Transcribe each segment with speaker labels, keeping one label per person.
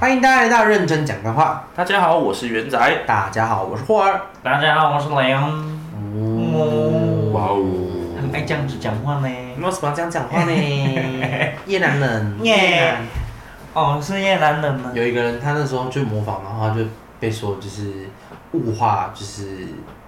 Speaker 1: 欢迎大家来到认真讲干话。
Speaker 2: 大家好，我是元仔。
Speaker 1: 大家好，我是霍儿。
Speaker 3: 大家好，我是雷昂。哦，
Speaker 2: 哇哦！
Speaker 3: 很爱这样子讲话呢。
Speaker 1: 为什么要这样讲话呢？ 越南人，
Speaker 3: 耶
Speaker 1: 越南
Speaker 3: 哦，是越南人吗？
Speaker 1: 有一个人，他那时候就模仿，然后他就被说就是物化，就是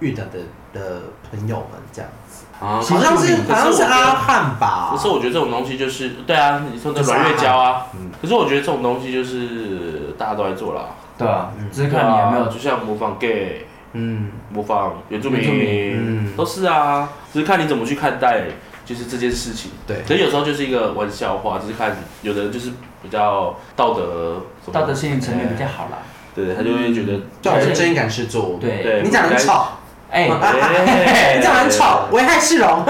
Speaker 1: 越南的的朋友们这样。
Speaker 2: 啊，
Speaker 1: 好像是
Speaker 2: 可
Speaker 1: 好像
Speaker 2: 我
Speaker 1: 是
Speaker 2: 觉得
Speaker 1: 阿。汉吧？
Speaker 2: 可是我觉得这种东西就是，对啊，你说的
Speaker 1: 就是阿
Speaker 2: 软
Speaker 1: 汉
Speaker 2: 月胶啊
Speaker 1: 嗯，
Speaker 2: 可是我觉得这种东西就是大家都在做啦。
Speaker 3: 对啊
Speaker 1: 嗯，
Speaker 3: 只是看你有没
Speaker 2: 对啊
Speaker 3: 有
Speaker 2: 就像模仿 gay，
Speaker 1: 嗯，
Speaker 2: 模仿原住
Speaker 3: 原住
Speaker 2: 民
Speaker 1: 嗯，
Speaker 2: 都是啊，只是看你怎么去看待，就是这件事情。
Speaker 1: 对
Speaker 2: 可，是有时候就是一个玩笑话，就是看有的人就是比较道德什么
Speaker 3: 道德心理层面比较好啦。
Speaker 2: 对，他就会觉得
Speaker 1: 最好是真敢事做。
Speaker 3: 对
Speaker 2: 对
Speaker 1: 你讲得很吵，
Speaker 3: 哎，
Speaker 1: 你讲得很吵，危害市 容。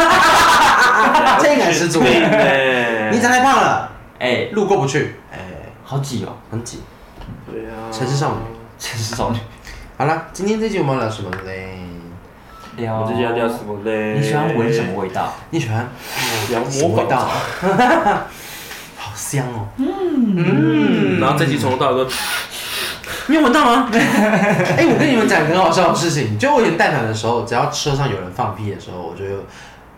Speaker 1: 真敢事做，你
Speaker 2: 你
Speaker 1: 长太胖了，
Speaker 3: 哎，
Speaker 1: 路过不去，
Speaker 2: 哎，
Speaker 3: 好挤哦，
Speaker 1: 很挤。
Speaker 2: 对啊，
Speaker 1: 城市少女
Speaker 3: 真是少女。
Speaker 1: 好了，今天这集我们要聊什么嘞？
Speaker 3: 聊
Speaker 2: 我这要聊什？么嘞？
Speaker 3: 哎你喜欢闻什么？味道？
Speaker 1: 你喜欢
Speaker 2: 聊
Speaker 1: 什么
Speaker 2: 模
Speaker 1: 味道
Speaker 2: 仿。？
Speaker 1: 好香哦！
Speaker 2: 嗯，然后这集从头到尾都
Speaker 1: 你有闻到 吗？哎、我跟你们讲一个很好笑的事情，就我以前带团的时候，只要车上有人放屁的时候，我就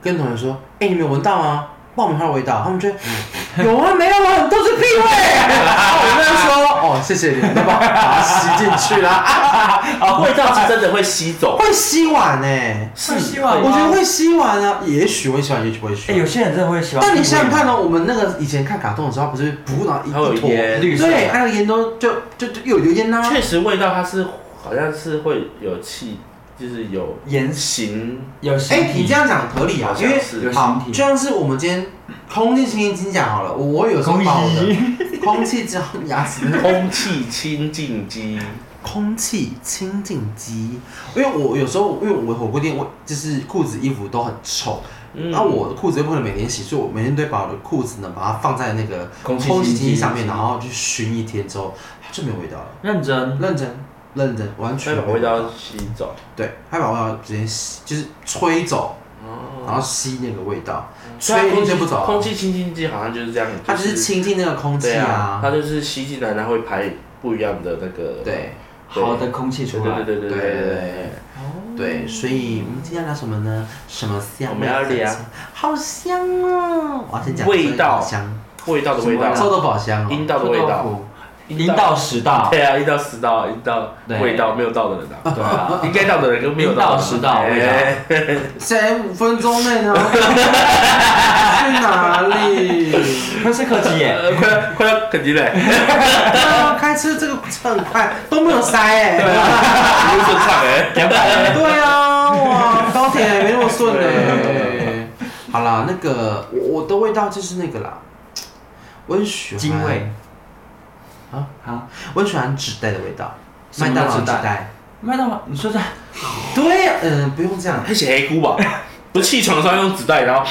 Speaker 1: 跟同学说：“哎、你们有闻到吗？爆米花的味道。”他们就
Speaker 2: 嗯
Speaker 1: 有啊，没有啊，都是屁 味。然后我就说：“哦，谢谢你们，都把它吸进去了，
Speaker 2: 啊，味道是真的会吸走。
Speaker 1: 会吸碗呢、
Speaker 3: 会吸碗吗
Speaker 1: 我觉得会吸碗啊，也许会吸碗，也许不会吸
Speaker 3: 哎，
Speaker 1: 碗。
Speaker 3: 有些人真的会喜欢。
Speaker 1: 但你想想看，哦，我们那个以前看卡通的时候，不是噗，然后
Speaker 2: 它有
Speaker 1: 一一坨，
Speaker 2: 烟
Speaker 3: 绿色的
Speaker 1: 对，它的烟都就就就有油烟呐、
Speaker 2: 确实，味道它是好像是会有气，就是有
Speaker 3: 颜
Speaker 2: 形，
Speaker 3: 有形
Speaker 1: 哎、
Speaker 3: 体
Speaker 1: 你这样讲合理啊
Speaker 2: 好，
Speaker 1: 因
Speaker 2: 像
Speaker 1: 为
Speaker 2: 是
Speaker 3: 有
Speaker 1: 好
Speaker 3: 形，体
Speaker 1: 就像是我们今天空气清新讲好了，我我有时候
Speaker 3: 空
Speaker 1: 把我
Speaker 3: 气
Speaker 1: 的空气只要牙齿，
Speaker 2: 空气清 净机，
Speaker 1: 空气清净机，因为我有时候因为我火锅店我就是裤子衣服都很臭，那、
Speaker 2: 嗯
Speaker 1: 我的裤子又不能每天洗，所以我每天都会把我的裤子呢把它放在那个
Speaker 3: 空气
Speaker 1: 空气清
Speaker 3: 清
Speaker 1: 新
Speaker 3: 新
Speaker 1: 上面，
Speaker 3: 机
Speaker 1: 然后去熏一天之后，它就没有味道了。
Speaker 3: 认真。
Speaker 1: 认真，认真，完全
Speaker 2: 再
Speaker 1: 没
Speaker 2: 把
Speaker 1: 有
Speaker 2: 味道吸走。
Speaker 1: 对，他把味道直接吸，就是吹走，然后吸那个味道，吹
Speaker 2: 对啊空
Speaker 1: 风
Speaker 2: 气
Speaker 1: 吹不走啊，
Speaker 2: 哦空气清净机好像就是这样，
Speaker 1: 它就是清净那个空气
Speaker 2: 对啊，它
Speaker 1: 啊，
Speaker 2: 就是吸进来，它会排不一样的那个。
Speaker 1: 对
Speaker 2: 对
Speaker 3: 好的空气
Speaker 2: 对
Speaker 3: 出
Speaker 2: 对
Speaker 3: 来。哦
Speaker 2: 对对
Speaker 1: 对
Speaker 2: 对
Speaker 1: 对
Speaker 2: 对对。
Speaker 1: 对对，所以我们今天聊什么呢？什么香？
Speaker 2: 我们要聊，
Speaker 1: 好香哦！我要先讲
Speaker 2: 味道
Speaker 1: 臭豆腐香，
Speaker 2: 味道的味道，
Speaker 1: 臭豆腐好香哦，
Speaker 2: 阴道的味道，
Speaker 3: 阴道食道，
Speaker 2: 对啊，阴道食道，阴道
Speaker 3: 对
Speaker 2: 味道没有道的人啊，
Speaker 3: 对啊，
Speaker 2: 应该道的人跟没有道的人
Speaker 3: 阴道食道味道
Speaker 2: 哎
Speaker 1: 在五分钟内 呢？去哪里？
Speaker 3: 那是柯基耶。
Speaker 2: 呃快要快要肯定嘞，
Speaker 1: 啊开车这个很快都没有塞哎、
Speaker 2: 对啊，一路顺畅哎，
Speaker 3: 两百
Speaker 1: 对啊，哇，高铁没那么顺呢、好啦，那个我我的味道就是那个啦，我很喜欢
Speaker 3: 精卫，啊
Speaker 1: 啊，我很喜欢纸袋的味道，
Speaker 3: 什
Speaker 1: 麦
Speaker 3: 么
Speaker 1: 当劳
Speaker 3: 纸
Speaker 1: 纸
Speaker 3: 袋
Speaker 1: 袋。
Speaker 3: 麦当劳，你说的
Speaker 1: 对，嗯、不用这样。
Speaker 2: 还写黑菇 吧？不是气床上用纸袋，然后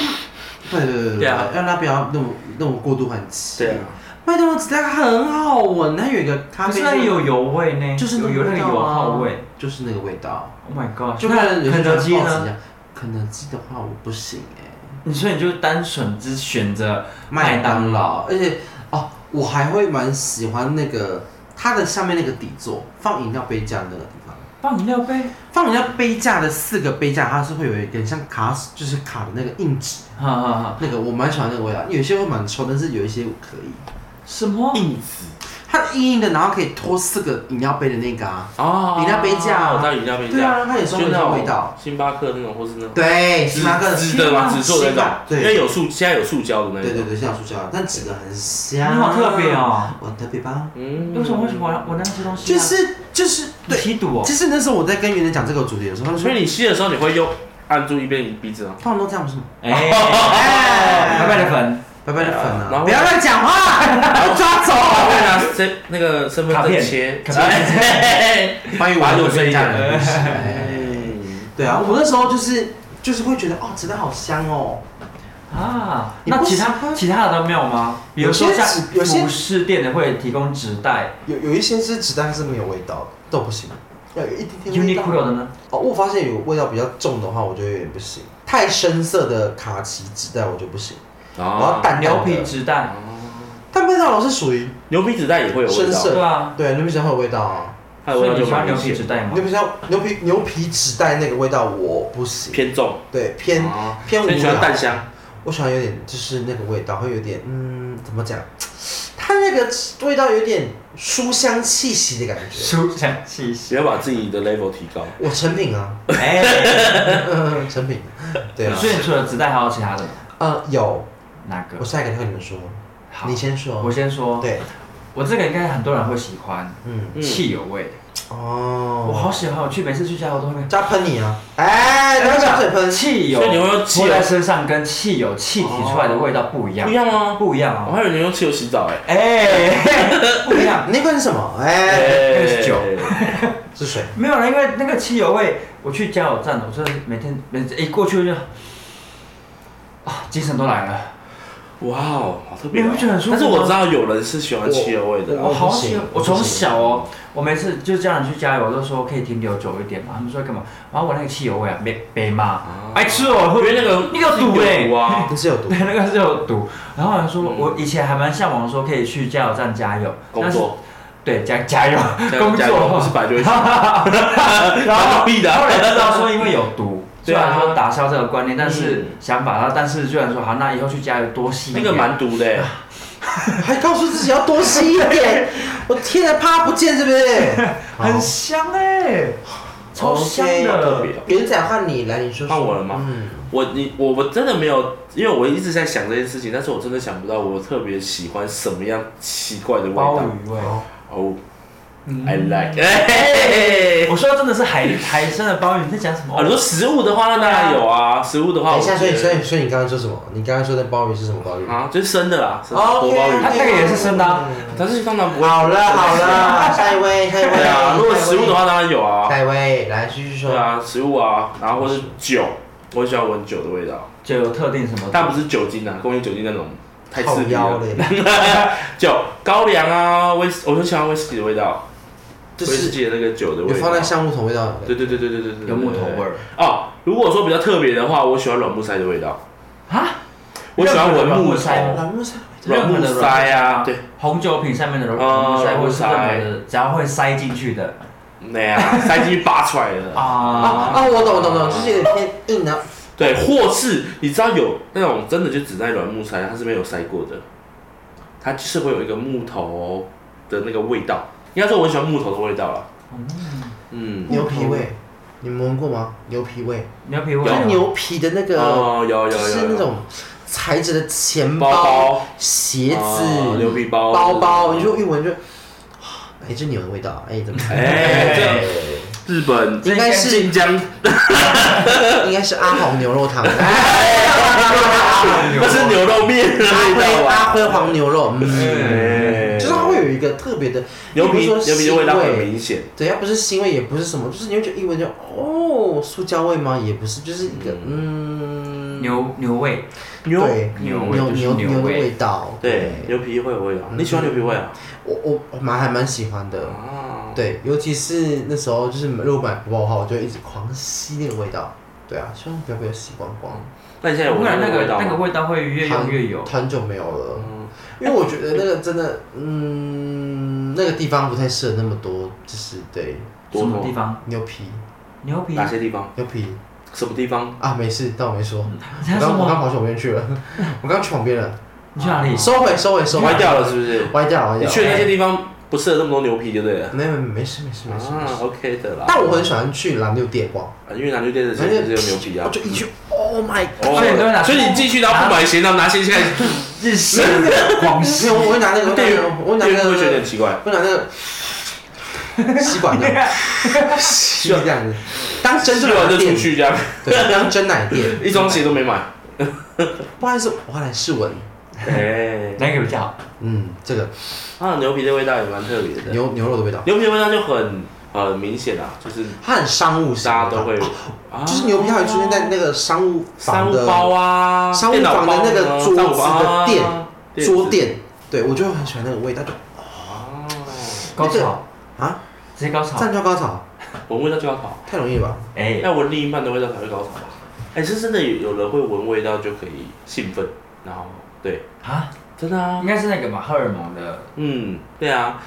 Speaker 1: 对对对对
Speaker 2: 对啊
Speaker 1: 让它不要那么那么过度很奇。
Speaker 2: 对啊，
Speaker 1: 麦当劳纸袋很好闻，它有一个咖
Speaker 3: 可
Speaker 1: 啡
Speaker 3: 是
Speaker 1: 色，
Speaker 3: 那里有油味呢，
Speaker 1: 就是
Speaker 3: 有有那个
Speaker 1: 味道
Speaker 3: 油
Speaker 1: 啊
Speaker 3: 耗味。，
Speaker 1: 就是那个味道。
Speaker 3: Oh my god！
Speaker 1: 就
Speaker 3: 那
Speaker 1: 看有些
Speaker 3: 肯德基
Speaker 1: 人抱持这
Speaker 3: 呢？
Speaker 1: 样？肯德基的话我不行哎、
Speaker 3: 你说你就单纯只选择
Speaker 1: 麦
Speaker 3: 麦
Speaker 1: 当
Speaker 3: 当
Speaker 1: 劳
Speaker 3: 劳，
Speaker 1: 而且哦，我还会蛮喜欢那个它的上面那个底座放饮料杯架的那个地方，
Speaker 3: 放饮料杯
Speaker 1: 放饮料杯架的四个杯架，它是会有一点像卡，就是卡的那个硬纸，
Speaker 3: 哈哈哈！
Speaker 1: 那个我蛮喜欢那个味道，有些会蛮臭，但是有一些可以，
Speaker 3: 什么？
Speaker 2: 硬纸
Speaker 1: 它硬硬的，然后可以拖四个饮料杯的那个啊，
Speaker 2: 哦
Speaker 1: 饮料杯架啊
Speaker 2: 我知道饮料杯
Speaker 1: 对啊
Speaker 2: 架，
Speaker 1: 它也是会有
Speaker 2: 就那种
Speaker 1: 味道，
Speaker 2: 星巴克那种或是那种
Speaker 1: 对，星巴克的，
Speaker 2: 纸的嘛，纸做的
Speaker 1: 星
Speaker 2: 那
Speaker 1: 巴
Speaker 2: 种，
Speaker 1: 对
Speaker 2: 因为有塑现在有塑胶的那
Speaker 1: 对对
Speaker 2: 种，
Speaker 1: 对，像塑胶，但纸的很
Speaker 3: 你
Speaker 1: 香，
Speaker 3: 好特别，哦！
Speaker 1: 我很特别吧，
Speaker 2: 嗯
Speaker 3: 为什么为什么我要我那吃东西
Speaker 1: 就
Speaker 3: 啊？
Speaker 1: 是就是
Speaker 3: 你
Speaker 1: 对，
Speaker 3: 吸毒哦
Speaker 1: 其实那时候我在跟别人讲这个主题的时候，他们说
Speaker 2: 所以你吸的时候，你会用按住一边鼻子 啊？
Speaker 1: 通常都这样不是吗？
Speaker 3: 哎， 白白的粉，
Speaker 1: 拜拜的粉
Speaker 2: 对啊然
Speaker 1: 啊！
Speaker 2: 后
Speaker 1: 不要乱讲话， 要抓
Speaker 2: 会
Speaker 1: 走。
Speaker 2: 拿身啊那个身份
Speaker 3: 卡
Speaker 2: 证
Speaker 3: 片
Speaker 2: 切，哎
Speaker 3: 卡片
Speaker 1: 欢迎
Speaker 2: 我们
Speaker 1: 我
Speaker 2: 的
Speaker 1: 睡
Speaker 2: 睡
Speaker 1: 家
Speaker 2: 家
Speaker 1: 人
Speaker 2: 人。
Speaker 1: 哎对啊，我那时候就是就是会觉得哦，纸袋好香哦。
Speaker 3: 啊，
Speaker 1: 你不
Speaker 3: 那其
Speaker 1: 喜欢
Speaker 3: 他其他的都没有吗？比如说
Speaker 1: 有些
Speaker 3: 像
Speaker 1: 纸有些
Speaker 3: 服饰店的会提供纸袋，
Speaker 1: 有有一些是纸袋是没有味道的，都不行。要有一点点味道。
Speaker 3: Uniqlo 的呢？
Speaker 1: 哦，我发现有味道比较重的话，我就有点不行。太深色的卡其纸袋我就不行，我要
Speaker 2: 啊，
Speaker 1: 淡
Speaker 3: 牛
Speaker 1: 淡
Speaker 3: 皮
Speaker 1: 的。
Speaker 3: 纸袋，
Speaker 1: 但麦当劳是属于
Speaker 2: 牛皮纸袋也会有味
Speaker 1: 深
Speaker 2: 道，
Speaker 1: 色
Speaker 3: 对啊，
Speaker 1: 对牛皮纸袋会有味道啊，
Speaker 2: 它的
Speaker 3: 所
Speaker 2: 味
Speaker 3: 以
Speaker 2: 道
Speaker 3: 你
Speaker 2: 就
Speaker 3: 喜欢
Speaker 2: 蛮
Speaker 3: 牛
Speaker 2: 明
Speaker 3: 皮
Speaker 2: 显
Speaker 3: 纸，袋吗
Speaker 1: 牛？皮纸牛皮牛皮纸袋那个味道我不行，
Speaker 2: 偏重
Speaker 1: 对偏
Speaker 2: 啊
Speaker 1: 偏
Speaker 2: 所以你喜
Speaker 1: 无
Speaker 2: 欢
Speaker 1: 聊
Speaker 2: 淡香，
Speaker 1: 我喜欢有点就是那个味道，会有点嗯，怎么讲？它那个味道有点书香气息的感觉。
Speaker 3: 书 香气息。
Speaker 2: 不要把自己的 level 提高。
Speaker 1: 我成品啊，
Speaker 3: 哎，
Speaker 1: 嗯，成品，对啊
Speaker 3: 所，以你除了纸袋还有其他的吗
Speaker 1: 呃，有，
Speaker 3: 哪个
Speaker 1: 我？下一个会跟你们说，
Speaker 3: 好
Speaker 1: 你先说，
Speaker 3: 我先说，
Speaker 1: 对，
Speaker 3: 我这个应该很多人会喜欢
Speaker 1: 嗯，
Speaker 2: 嗯
Speaker 3: 汽油味，
Speaker 1: 哦，
Speaker 3: 我好喜欢，我去每次去加油都会。
Speaker 1: 加喷你啊，哎，不要加水喷，
Speaker 3: 汽油
Speaker 2: 所以你会用汽
Speaker 3: 泼
Speaker 2: 油
Speaker 3: 在身上跟汽油气体出来的味道
Speaker 1: 哦
Speaker 3: 不一样
Speaker 2: 不一，样吗？
Speaker 3: 不一样
Speaker 2: 我
Speaker 3: 哦。
Speaker 2: 还有人用汽油洗澡哎，
Speaker 3: 哎， 不一样。
Speaker 1: 你那罐是什么？哎，
Speaker 2: 哎
Speaker 3: 那个是酒
Speaker 1: 是水，
Speaker 3: 没有啦，因为那个汽油味，我去加油站，我真的每天每一过去我就啊，精神都来了。
Speaker 2: 哇哦，好特别哦。
Speaker 3: 你不觉得很舒服吗啊
Speaker 2: 但是我知道有人是喜欢汽油味的
Speaker 1: 我
Speaker 2: 啊，
Speaker 3: 我好
Speaker 1: 不
Speaker 3: 喜
Speaker 1: 行
Speaker 3: 欢，我
Speaker 1: 我不
Speaker 3: 从
Speaker 1: 行
Speaker 3: 小哦，我每次就家人去加油，我都说可以停留久一点
Speaker 2: 嗯
Speaker 3: 嘛，他们说干嘛？然后我那个汽油味啊，没没嘛，
Speaker 2: 啊
Speaker 3: 白痴哦，
Speaker 2: 因
Speaker 3: 会
Speaker 2: 为那个
Speaker 3: 那个毒哎
Speaker 2: 有毒 啊，
Speaker 1: 你是有毒
Speaker 3: 对，，那个是有毒。然后我说，
Speaker 2: 嗯
Speaker 3: 我以前还蛮向往说可以去加油站加油，
Speaker 2: 工
Speaker 3: 但是
Speaker 2: 作
Speaker 3: 对加加油
Speaker 2: 加
Speaker 3: 工
Speaker 2: 加油不是
Speaker 3: 作，
Speaker 2: 白就会 死，
Speaker 3: 然后
Speaker 2: 蛮屁的啊
Speaker 3: 后来知道说因为有毒，虽
Speaker 2: 对啊
Speaker 3: 然说打消这个观念，但
Speaker 2: 嗯
Speaker 3: 是想法，然后但是居然说好，那以后去加油多吸一
Speaker 2: 那
Speaker 3: 点。
Speaker 2: 个蛮毒的欸。
Speaker 3: 啊
Speaker 1: 还告诉自己要多吸一 点，我天哪，怕不见是不是？
Speaker 3: 很香哎，超香的。
Speaker 2: 别哦
Speaker 1: 别人讲换你来，你说说
Speaker 2: 换我了吗
Speaker 1: 嗯，
Speaker 2: 我你我我真的没有，因为我一直在想这件事情，但是我真的想不到我特别喜欢什么样奇怪的味
Speaker 3: 鲍
Speaker 2: 道。
Speaker 3: 鱼味，
Speaker 1: 好，
Speaker 2: 哦、
Speaker 3: 嗯
Speaker 2: i like。哎
Speaker 3: 我说真的是海海参的鲍鱼，你在讲什么？
Speaker 2: 啊，你说食物的话，那当然有啊。食物的话，
Speaker 1: 等一下，
Speaker 2: 我
Speaker 1: 所
Speaker 2: 觉
Speaker 1: 以
Speaker 2: 得
Speaker 1: 所以所以你刚刚说什么？你刚刚说的鲍鱼是什么鲍鱼？
Speaker 2: 啊，就是生的啦，
Speaker 1: 哦
Speaker 2: 生活鲍
Speaker 3: 它
Speaker 2: 鱼。
Speaker 3: 那个也是生的啊
Speaker 2: 但是通常不会。
Speaker 1: 嗯好了好 了，下一位下一位。
Speaker 2: 对啊，如果
Speaker 1: 下一位
Speaker 2: 食物的，话，当然有啊。
Speaker 1: 下一位来继续
Speaker 2: 对
Speaker 1: 说。
Speaker 2: 啊，食物啊，然后或是酒，我很喜欢闻酒的味道，
Speaker 3: 就有特定什么？
Speaker 2: 但不是酒精啊，工业酒精那种太
Speaker 1: 靠
Speaker 2: 刺鼻
Speaker 1: 腰
Speaker 2: 了。
Speaker 1: 嘞，
Speaker 2: 酒、高粱啊，威士，我很喜欢威士忌的味道，
Speaker 1: 就
Speaker 2: 威士
Speaker 1: 是
Speaker 2: 忌的那个酒的味
Speaker 1: 有
Speaker 2: 道。
Speaker 1: 放在橡木桶味道
Speaker 2: 对对对对对对对，
Speaker 3: 有木头味儿
Speaker 2: 哦。如果说比较特别的话，我喜欢软木塞的味道，
Speaker 3: 啊？
Speaker 2: 我喜欢闻
Speaker 3: 任何的
Speaker 2: 木
Speaker 3: 软木塞
Speaker 2: 头
Speaker 3: 吗、
Speaker 1: 软木塞，
Speaker 2: 软木塞啊，对，
Speaker 3: 红酒瓶上面的
Speaker 2: 啊
Speaker 3: 龙哦塞，或者是
Speaker 2: 龙塞
Speaker 3: 任何的，只要会塞进去的
Speaker 2: 那样啊塞进去拔出来的。
Speaker 1: 啊
Speaker 3: 啊，
Speaker 1: 啊，我懂我懂我懂，就是有点偏硬的。
Speaker 2: 对，或是你知道有那种真的就只在软木塞，它是没有塞过的，它就是会有一个木头的那个味道。应该说我很喜欢木头的味道了。嗯，
Speaker 1: 牛皮味，你们闻过吗？牛皮味，
Speaker 3: 牛皮
Speaker 1: 就是
Speaker 3: 味，
Speaker 1: 牛皮的那个，
Speaker 2: 哦，有有
Speaker 1: 就
Speaker 2: 有，
Speaker 1: 是
Speaker 2: 有
Speaker 1: 那种材质的钱
Speaker 2: 包
Speaker 1: 包、
Speaker 2: 包、
Speaker 1: 鞋
Speaker 2: 哦牛
Speaker 1: 子、
Speaker 2: 皮包、
Speaker 1: 包包，你就一闻就，哎，这牛的味道，哎，怎么？
Speaker 2: 哎日本
Speaker 1: 应该是
Speaker 2: 晋江
Speaker 1: 应该是阿豪牛肉汤，哎
Speaker 2: 那是牛肉面的
Speaker 1: 阿
Speaker 2: 味
Speaker 1: 辉
Speaker 2: 道啊
Speaker 1: 阿
Speaker 2: 吧？
Speaker 1: 辉黄牛肉，嗯，
Speaker 2: 哎
Speaker 1: 就是它会有一个特别的
Speaker 2: 牛皮
Speaker 1: 你
Speaker 2: 牛
Speaker 1: 不是说
Speaker 2: 皮的味道很明显，
Speaker 1: 对，它不是腥味，也不是什么，就是你会觉得一闻就哦，塑胶味吗？也不是，就是一个嗯，
Speaker 3: 牛牛味，
Speaker 2: 牛
Speaker 1: 对
Speaker 3: 牛味
Speaker 1: 牛
Speaker 3: 就是
Speaker 1: 牛
Speaker 3: 牛
Speaker 1: 牛的
Speaker 3: 味
Speaker 1: 味道，
Speaker 2: 对牛皮会有味道，你喜欢牛皮味啊？
Speaker 1: 我我我蛮还蛮喜欢的，
Speaker 2: 啊，
Speaker 1: 对，尤其是那时候就是如果买不爆的话，我就一直狂吸那个味道，对啊，希望不要被吸光光，
Speaker 2: 那你现在有
Speaker 3: 不
Speaker 2: 闻到
Speaker 3: 然那
Speaker 2: 个
Speaker 3: 个
Speaker 2: 味道
Speaker 3: 那个
Speaker 2: 吗？
Speaker 3: 味道会越用越有。
Speaker 1: 很久没有了，
Speaker 2: 嗯
Speaker 1: 因为我觉得那个真的，嗯，那个地方不太适合那么多，就是对
Speaker 2: 多
Speaker 3: 什
Speaker 2: 吗
Speaker 3: 么地方？
Speaker 1: 牛皮
Speaker 3: 牛皮？
Speaker 2: 哪些地方？
Speaker 1: 牛皮
Speaker 2: 什么地方？
Speaker 1: 啊，没事，当我没说。
Speaker 2: 嗯
Speaker 3: 你在
Speaker 1: 我
Speaker 3: 说
Speaker 1: 刚我刚
Speaker 3: 吗？
Speaker 1: 跑去旁边去 了，我刚去旁边了，
Speaker 3: 你去哪里？
Speaker 1: 收回收回收回
Speaker 2: 哎歪，掉了是不是？
Speaker 1: 歪掉了歪
Speaker 2: 你
Speaker 1: 掉
Speaker 2: 去
Speaker 1: 了。
Speaker 2: 的那些地方不适合那么多牛皮，就对了。
Speaker 1: 没没没事没事没事。
Speaker 2: 啊，OK 的
Speaker 1: 嗯
Speaker 2: 啦。
Speaker 1: 但我很喜欢去蓝六店逛，
Speaker 2: 啊因为南就店的
Speaker 1: 蓝
Speaker 2: 鞋
Speaker 1: 六
Speaker 2: 子有牛皮啊
Speaker 1: 我。就一去，Oh my god！
Speaker 2: 哦
Speaker 3: 所以你都会拿
Speaker 2: 所以你进去然后不买鞋，然后拿鞋进来，
Speaker 3: 日式、广
Speaker 1: 没
Speaker 3: 式
Speaker 1: 有， 我会拿那个，我会拿
Speaker 2: 店
Speaker 1: 那个我会拿那
Speaker 2: 员店员会觉得很
Speaker 1: 个，
Speaker 2: 奇怪。
Speaker 1: 我会拿那个吸管 的，吸这样子，当真
Speaker 2: 吃
Speaker 1: 正
Speaker 2: 完
Speaker 1: 的
Speaker 2: 就出
Speaker 1: 店，
Speaker 2: 去这样，
Speaker 1: 对，当真奶店。
Speaker 2: 一双鞋都没买。
Speaker 1: 不好意思，我要来试闻，
Speaker 2: 哎，
Speaker 3: 哪个比较好？
Speaker 1: 嗯，这个
Speaker 2: 啊，牛皮的味道也蛮特别的。
Speaker 1: 牛牛肉的味道，
Speaker 2: 牛皮的味道就很很明显啊，就是
Speaker 1: 它很商务型，
Speaker 2: 大家都会，啊
Speaker 1: 哦就是牛皮，它会出现在那个商务
Speaker 2: 商
Speaker 1: 房
Speaker 2: 务
Speaker 1: 的
Speaker 2: 包啊，
Speaker 1: 商务
Speaker 2: 电脑
Speaker 1: 房的
Speaker 2: 包
Speaker 1: 那个
Speaker 2: 啊
Speaker 1: 桌
Speaker 2: 商务
Speaker 1: 子
Speaker 2: 包
Speaker 1: 的
Speaker 2: 啊
Speaker 1: 垫
Speaker 2: 子
Speaker 1: 桌垫，对我就很喜欢那个味道，就
Speaker 2: 哦
Speaker 3: 高潮
Speaker 1: 啊，
Speaker 3: 直接高潮。
Speaker 1: 站跳高潮，
Speaker 2: 闻味道就要逃。
Speaker 1: 太容易了吧？
Speaker 3: 哎，
Speaker 2: 要闻另一半的味道才会高潮。哎、是真的有有人会闻味道就可以兴奋，然后对，
Speaker 3: 啊，
Speaker 2: 真的啊
Speaker 3: 应，该是那个吧，荷尔蒙的，
Speaker 2: 嗯，对啊。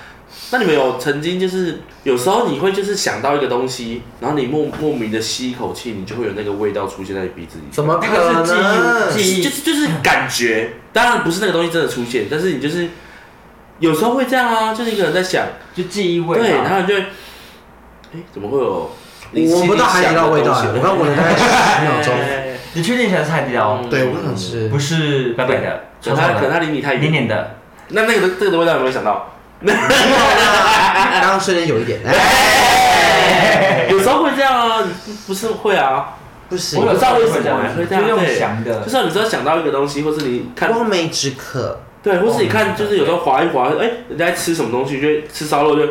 Speaker 2: 那你们有曾经就是有时候你会就是想到一个东西，然后你莫莫名的吸一口气，你就会有那个味道出现在你鼻子里。
Speaker 1: 怎么可
Speaker 3: 那个是
Speaker 1: 能？
Speaker 3: 记忆记忆
Speaker 2: 就是就是感觉，当然不是那个东西真的出现，但是你就是有时候会这样啊，就是一个人在想，
Speaker 3: 就记忆味
Speaker 2: 对，
Speaker 3: 嘛。
Speaker 2: 然后你就会，哎、怎么会有？
Speaker 1: 我闻不到海底捞味道，啊我刚闻了大概十秒钟。
Speaker 2: 哎
Speaker 3: 你确定想吃海底捞？
Speaker 1: 对，我想吃。
Speaker 3: 不是白白的，
Speaker 2: 可
Speaker 3: 臭臭
Speaker 2: 他可
Speaker 3: 的，
Speaker 2: 他离你太远，
Speaker 3: 黏黏的。
Speaker 2: 那那个的这个的味道有没有想到？
Speaker 1: 刚刚瞬间有一点，哎，
Speaker 2: 有时候会这样啊，你不是会啊？
Speaker 1: 不行
Speaker 3: 我，有
Speaker 2: 知道为什么
Speaker 3: 这样
Speaker 2: 会这
Speaker 3: 就
Speaker 2: 样
Speaker 3: 用
Speaker 2: 对
Speaker 3: 想的
Speaker 2: 就。是你只要想到一个东西，或是你看，
Speaker 1: 光梅止渴。
Speaker 2: 对，或是你
Speaker 3: 哦
Speaker 2: 看，就是有时候划一划，哎、人家在吃什么东西，就会吃烧肉就，